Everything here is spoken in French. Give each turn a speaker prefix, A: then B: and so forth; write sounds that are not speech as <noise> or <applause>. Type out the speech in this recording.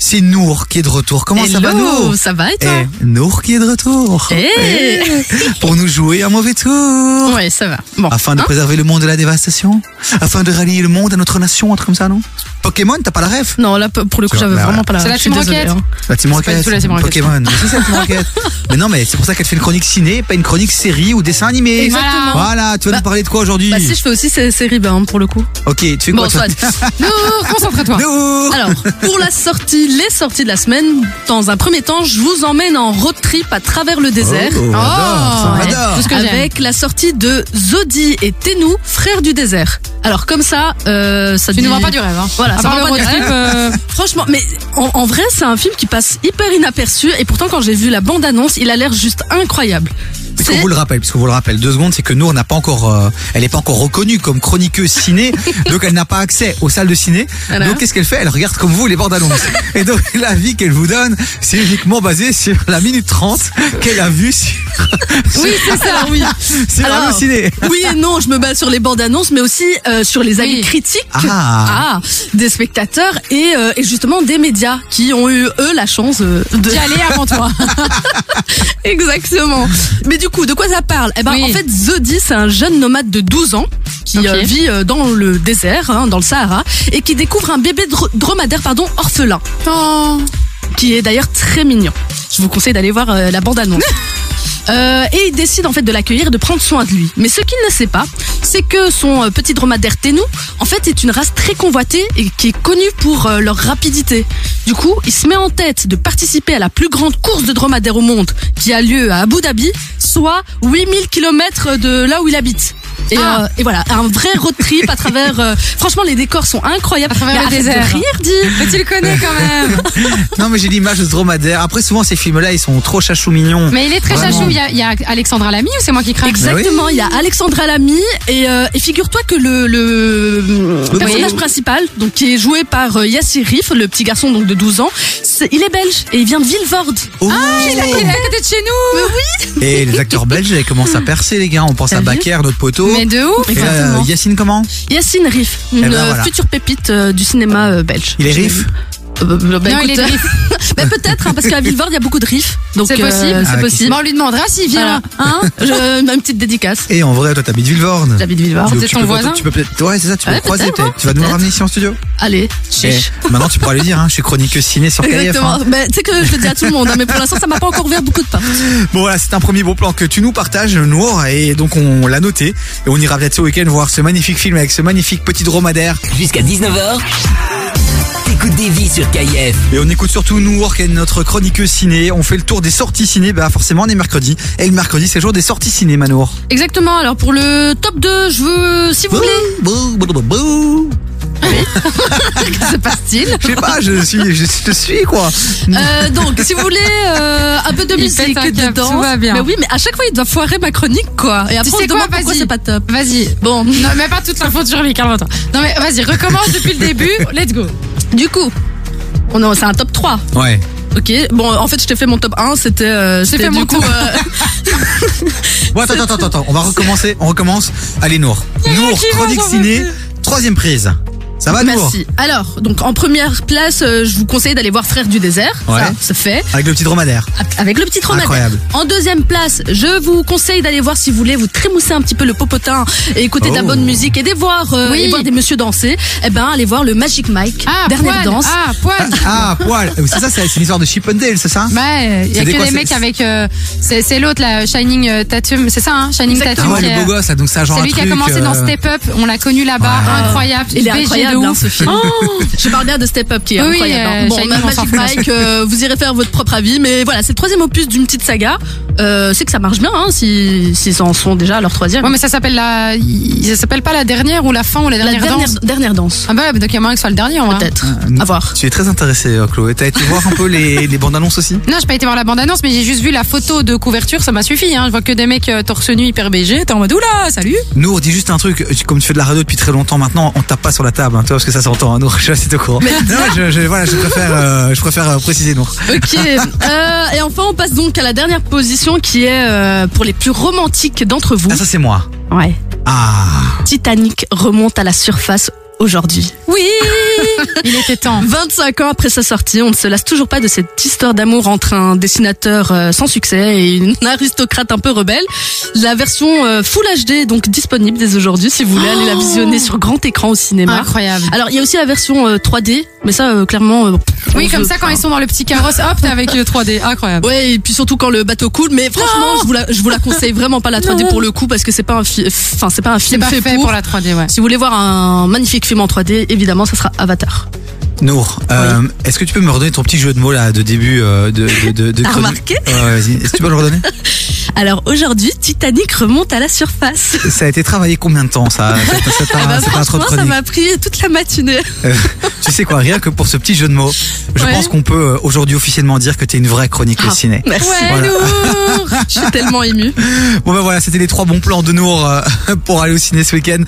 A: c'est Nour qui est de retour. Comment ça va Nour
B: Ça va et
A: Eh,
B: toi
A: Nour qui est de retour.
B: Eh.
A: Pour nous jouer un mauvais tour.
B: <laughs> Ouais, ça va. Bon.
A: Afin de
B: Hein
A: préserver le monde de la dévastation Afin de rallier le monde à notre nation, un truc comme ça, non Pokémon, t'as pas la ref
B: Non, là, pour le coup,
A: Tu vois,
B: j'avais
A: bah
B: vraiment
A: ouais.
B: pas la
C: C'est la
B: je suis
C: Team
B: désolée,
C: Rocket.
B: hein.
A: La Team
C: C'est pas
A: Rocket.
C: du tout la Team Rocket.
A: Pokémon. Mais si, c'est la Team Rocket.
B: <laughs>
A: mais non, mais c'est pour ça qu'elle fait une chronique ciné, pas une chronique série ou dessin animé.
B: Exactement.
A: Voilà, tu vas
B: Bah-
A: nous parler de quoi aujourd'hui
B: Bah si, je fais aussi ces séries, ben, pour
A: <laughs>
B: le coup.
A: Ok, tu fais quoi
B: Bon,
A: toi
B: soit.
A: <laughs>
C: Nour, Euh, concentre-toi.
A: Nour
B: Alors, pour la sortie, les sorties de la semaine, dans un premier temps, je vous emmène en road trip à travers le désert.
A: Oh, on adore, on
C: ouais.
A: adore.
C: Tout ce que j'aime.
B: Avec la sortie de Zodi et Tenou, frères du désert. Alors comme ça, euh, ça
C: Tu
B: dit-
C: ne vends pas du rêve. Hein.
B: Voilà,
C: à
B: ça
C: part
B: vend
C: le
B: pas du
C: road trip,
B: rêve.
C: euh,
B: Franchement, mais en, en vrai, c'est un film qui passe hyper inaperçu et pourtant quand j'ai vu la bande-annonce, il a l'air juste incroyable.
A: Puisqu'on
B: C'est-
A: vous le rappelle, puisqu'on vous le rappelle, deux secondes, c'est que Nour n'a pas encore, euh, elle n'est pas encore reconnue comme chroniqueuse
B: <laughs>
A: ciné, donc elle n'a pas accès aux salles de ciné.
B: Voilà.
A: Donc qu'est-ce qu'elle fait Elle regarde comme vous les bandes annonces. Et donc <laughs> l'avis qu'elle vous donne, c'est uniquement basé sur la minute 30 qu'elle a vue sur,
B: Oui, c'est ça, <laughs> oui.
A: sur
B: Alors,
A: le ciné.
B: <laughs> Oui et non, je me base sur les bandes annonces, mais aussi euh, sur les avis
C: Oui.
B: critiques
A: Ah.
B: Ah, des spectateurs et, euh, et justement des médias qui ont eu eux la chance euh, de.
C: D'y aller avant toi.
B: <laughs> Exactement. Mais du coup, de quoi ça parle Eh ben,
C: Oui.
B: en fait, Zodi, c'est un jeune nomade de 12 ans qui
C: Ok.
B: euh, vit euh, dans le désert, hein, dans le Sahara, et qui découvre un bébé dro- dromadaire, pardon, orphelin,
C: Oh.
B: qui est d'ailleurs très mignon. Je vous conseille d'aller voir euh, la bande
C: <laughs>
B: annonce. Euh, et il décide en fait de l'accueillir et de prendre soin de lui. Mais ce qu'il ne sait pas, c'est que son euh, petit dromadaire Ténou, en fait, est une race très convoitée et qui est connue pour euh, leur rapidité. Du coup, il se met en tête de participer à la plus grande course de dromadaire au monde qui a lieu à Abu Dhabi, soit 8000 km de là où il habite. Et,
C: Ah.
B: euh, et voilà, un vrai road trip à travers. euh, <laughs> franchement, les décors sont incroyables.
C: À travers
B: Mais
C: le
B: arrête de
C: désert.
B: rire, dis.
C: Mais tu le connais quand même.
A: Non mais j'ai l'image de ce dromadaire. Après souvent ces films-là, ils sont trop chachou mignons.
C: <laughs> Mais il est très
A: Vraiment.
C: chachou. Il y a, il y a Alexandra Lamy ou c'est moi qui craque
B: Exactement, il y a Alexandra Lamy et, euh, et figure-toi que le, le
A: Oui.
B: personnage principal, donc qui est joué par euh, Yassir Rif, le petit garçon donc de 12 ans, c'est- il est belge et il vient de Villevorde.
A: Oh.
C: Il est à côté de chez nous.
A: Et les acteurs belges, ils commencent à percer les gars. On pense à
B: T'as vu
A: Bakker, notre poteau.
C: Mais de ouf.
A: Et là,
B: Exactement.
A: Yacine comment
B: Yassine Rif, une
A: ben
B: euh,
A: voilà.
B: future pépite euh, du cinéma euh, belge.
A: Il est riff
B: Euh, bah, bah,
C: Non, il est
B: écoute,
C: de
B: bah, peut-être hein, parce qu'à Villevorde il y a beaucoup de riffs, donc
C: C'est
B: euh,
C: possible.
B: c'est
A: Ah, ok.
B: possible.
C: Bah, on lui demandera s'il vient.
B: Voilà, hein, je, une petite dédicace.
A: Et en vrai, toi t'habites Villevorde.
B: J'habite Villevorde.
A: Donc,
C: C'est
A: tu
C: ton
A: peux-
C: voisin
A: Tu peux peut-être. Ouais, c'est ça, tu peux
B: Ouais,
A: le croiser
B: peut-être,
A: peut-être. Tu vas nous le ramener ici en studio
B: Allez, chiche.
A: Eh, Maintenant, tu pourras lui dire, hein, je suis chronique ciné sur KF.
B: Exactement.
A: hein.
B: Bah, tu sais que je le dis à tout le monde, hein, mais pour l'instant ça m'a pas encore ouvert beaucoup de portes.
A: Bon, voilà, c'est un premier beau plan que tu nous partages, Nour, et donc on l'a noté. Et on ira peut-être ce week-end voir ce magnifique film avec ce magnifique petit dromadaire.
D: Jusqu'à 19h, t'écoutes des vies sur KIF.
A: Et on écoute surtout Nour, qui est notre chroniqueuse ciné. On fait le tour des sorties ciné, bah forcément, on est mercredi. Et le mercredi, c'est le jour des sorties ciné, Manour.
B: Exactement, alors pour le top 2, je veux, Euh, si vous voulez,
A: Bouh, bouh, bouh, bouh.
B: que se passe-t-il
A: Je sais pas, je suis, je te suis, quoi.
B: Euh, Donc, si vous voulez, euh, un peu de
C: Il
B: musique,
C: pète un
B: de
C: câble,
B: danse.
C: tout va bien.
B: Mais oui, mais à chaque fois, il doit foirer ma chronique, quoi. Et après, on
C: sais
B: se
C: quoi,
B: demande pourquoi
C: vas-y.
B: c'est pas top.
C: Vas-y.
B: Bon,
C: Non, mais pas toute l'info sur lui, calme-toi. Non, mais vas-y, recommence depuis le début. Let's go.
B: du coup, on est- c'est un top 3,
A: Ouais.
B: ok Bon, en fait, je t'ai fait mon top 1, c'était... Euh, c'était
C: fait
B: du
C: mon
B: coup,
C: top.
B: euh,
A: Bon, attends, attends, attends, attends, on va recommencer, on recommence. Allez, Nour. Nour,
C: qui va,
A: chronique
C: j'en
A: ciné,
C: veux
A: troisième prise. Ça va, Nour
B: Merci. Alors, donc en première place, euh, je vous conseille d'aller voir Frères du désert,
A: Ouais.
B: ça se fait,
A: Avec le petit dromadaire.
B: avec le petit traumatisme.
A: Incroyable.
B: En deuxième place, je vous conseille d'aller voir si vous voulez vous trémousser un petit peu le popotin et écouter de la
A: Oh.
B: bonne musique et des voir, euh,
C: Oui.
B: et voir des messieurs danser. Eh ben, allez voir le Magic Mike,
C: Ah,
B: dernière
C: poil.
B: danse.
C: Ah, poil.
A: Ah, poil. C'est ça, c'est c'est l'histoire de Chip and Dale, c'est ça Ah
C: Ouais, il y
A: C'est
C: a
A: des
C: que
A: quoi,
C: les
A: c'est-
C: mecs avec. euh, c'est c'est l'autre, là, Shining euh, Tatum. C'est ça, hein Shining
B: Exactement.
A: Ah
C: Tatum.
A: ouais,
C: qui
A: le
C: est-
A: beau gosse, là, donc ça, genre
C: C'est
A: un
C: lui qui a
A: truc,
C: commencé dans
A: euh,
C: Step Up. On l'a connu là-bas.
A: Ouais.
C: Ah, Incroyable.
B: Il est
C: BG
B: incroyable,
C: de
B: hein,
C: ouf.
B: ce
C: Oh.
B: film. Je parle bien de Step Up qui est
C: Oui,
B: incroyable. hein.
C: euh,
B: bon,
C: Shining,
B: Ma-
C: on s'en
B: Magic
C: fout.
B: Mike, euh, vous irez faire votre propre avis, mais voilà, c'est le troisième opus d'une petite saga. Euh, c'est que ça marche bien, hein, si s'ils en sont déjà à leur troisième.
C: Ouais, mais ça s'appelle la. il- Ça s'appelle pas la dernière ou la fin ou la
B: la
C: dernière,
B: dernière
C: danse.
B: dernière danse,
C: Ah bah ouais, donc il y a moyen que ce soit le dernier, en vrai.
B: peut-être.
A: nous-
B: à voir.
A: Tu es très intéressé, euh, Chloé. T'as été voir un peu les, <laughs> les bandes annonces aussi
C: Non, j'ai pas été voir la bande-annonce, mais j'ai juste vu la photo de couverture, ça m'a suffi. Hein. Je vois que des mecs euh, torse nu hyper BG, t'es en mode oula, salut.
A: Nour, dis juste un truc. Tu- Comme tu fais de la radio depuis très longtemps maintenant, on tape pas sur la table, hein, tu vois, parce que ça s'entend, hein, Nour. <laughs> Je suis assez au courant. Non, je, je- voilà, je préfère, euh, je préfère euh, préciser, Nour.
B: Ok.
C: <laughs>
B: Euh, et enfin, on passe donc à la dernière position qui est euh, pour les plus romantiques d'entre vous.
A: Ah, ça, c'est moi.
B: Ouais.
A: Ah.
B: Titanic remonte à la surface aujourd'hui.
C: Oui, <laughs> Il était temps.
B: 25 ans après sa sortie, on ne se lasse toujours pas de cette histoire d'amour entre un dessinateur euh, sans succès et une <laughs> aristocrate un peu rebelle. La version euh, Full HD est donc disponible dès aujourd'hui si vous voulez aller la
C: Oh
B: visionner sur grand écran au cinéma.
C: Incroyable.
B: Alors il y a aussi la version euh, 3D, mais ça euh, clairement. euh,
C: Oui,
B: on
C: comme
B: veut
C: ça, quand
B: pas.
C: ils sont dans le petit carrosse, hop, t'es avec le 3D. Incroyable.
B: Ouais, et puis surtout quand le bateau coule. Mais franchement, je vous, la, je vous la conseille vraiment
C: <laughs>
B: pas la 3D pour le coup parce que c'est pas un, fi- enfin c'est pas un
C: C'est
B: film
C: pas
B: fait,
C: fait pour la 3D, ouais.
B: Si vous voulez voir un magnifique film en 3D, évidemment, ça sera Avatar.
A: Nour, euh, est-ce que tu peux me redonner ton petit jeu de mots là de début euh, de, de, de, de
B: T'as
A: chronique
B: remarqué
A: Ouais, vas-y. Est-ce que tu peux le
B: <laughs>
A: redonner
B: Alors aujourd'hui, Titanic remonte à la surface.
A: Ça a été travaillé combien de temps ça cette, cette- cette-
B: Ah bah,
A: cette intro de
B: franchement, ça
A: chronique
B: m'a pris toute la matinée.
A: Euh, Tu sais quoi, rien que pour ce petit jeu de mots, je
B: Ouais.
A: pense qu'on peut euh, aujourd'hui officiellement dire que t'es une vraie chronique
B: Ah, <laughs>
A: ciné.
B: Merci.
C: Ouais,
A: Eh, Voilà.
C: lourd.
B: Je suis tellement émue.
A: Bon ben voilà, c'était les trois bons plans de Nour euh, <laughs> pour aller au ciné ce week-end.